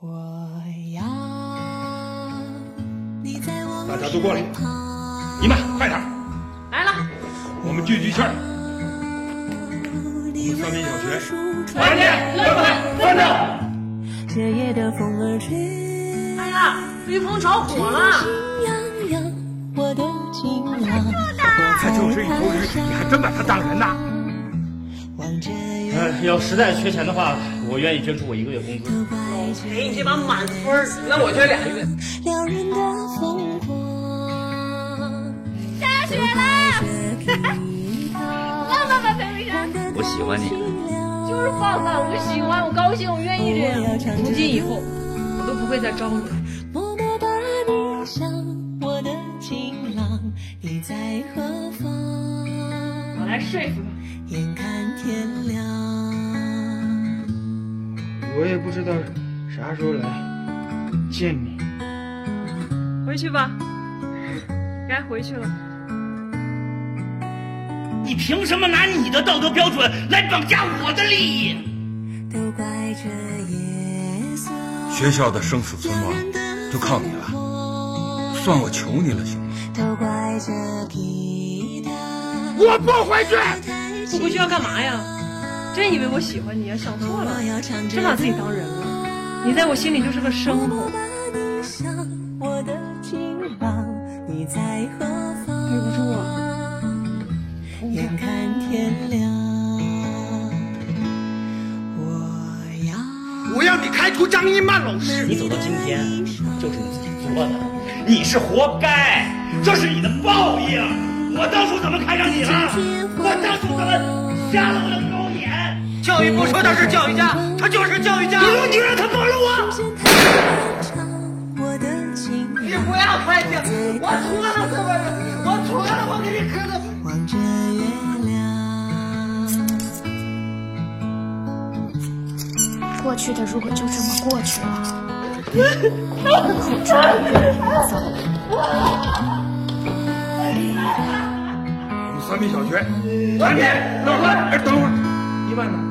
我要你在我大家都过来身旁姨妈，快点儿！来了，我们聚聚气儿。你三民小学树快传点，来来，站着。这夜的风儿吹，哎呀，追风着火了，心痒痒，我的情郎，我他才就是一头驴，你还真把他当人呐？望着月嗯，要实在缺钱的话，我愿意捐出我一个月工资。都怪这陪你这帮满村儿，那我捐俩月。撩人的风光。下雪啦！浪爸爸陪陪谁？我喜欢你，就是棒棒，我喜欢，我高兴，我愿意这样。从今以后，我都不会再招你。默默把你想，我的情郎，你在何方？我来说服你。眼看天亮，我也不知道啥时候来见你。回去吧，该回去了。你凭什么拿你的道德标准来绑架我的利益？都怪这夜色。学校的生死存亡就靠你了，了算我求你了，行吗？都怪这吉他。我不回去。不回去要干嘛呀？真以为我喜欢你啊？想错了，真把自己当人了。你在我心里就是个牲口。你想我的情郎，你在何方？对不住眼看天亮，我要我要你开除张一曼老师。你走到今天就是你自己作的，你是活该，这是你的报应。我当初怎么看上你了？我当初怎么瞎了我的狗眼？教育部说他是教育家，他就是教育家。你说你让他帮了我？见太漫长，我的情郎。不要开心，我错了，各位，我错了，我给你磕头。望着月亮，过去的如果就这么过去了，哎我们三民小学，快点，等会儿，哎，等会儿，一万呢？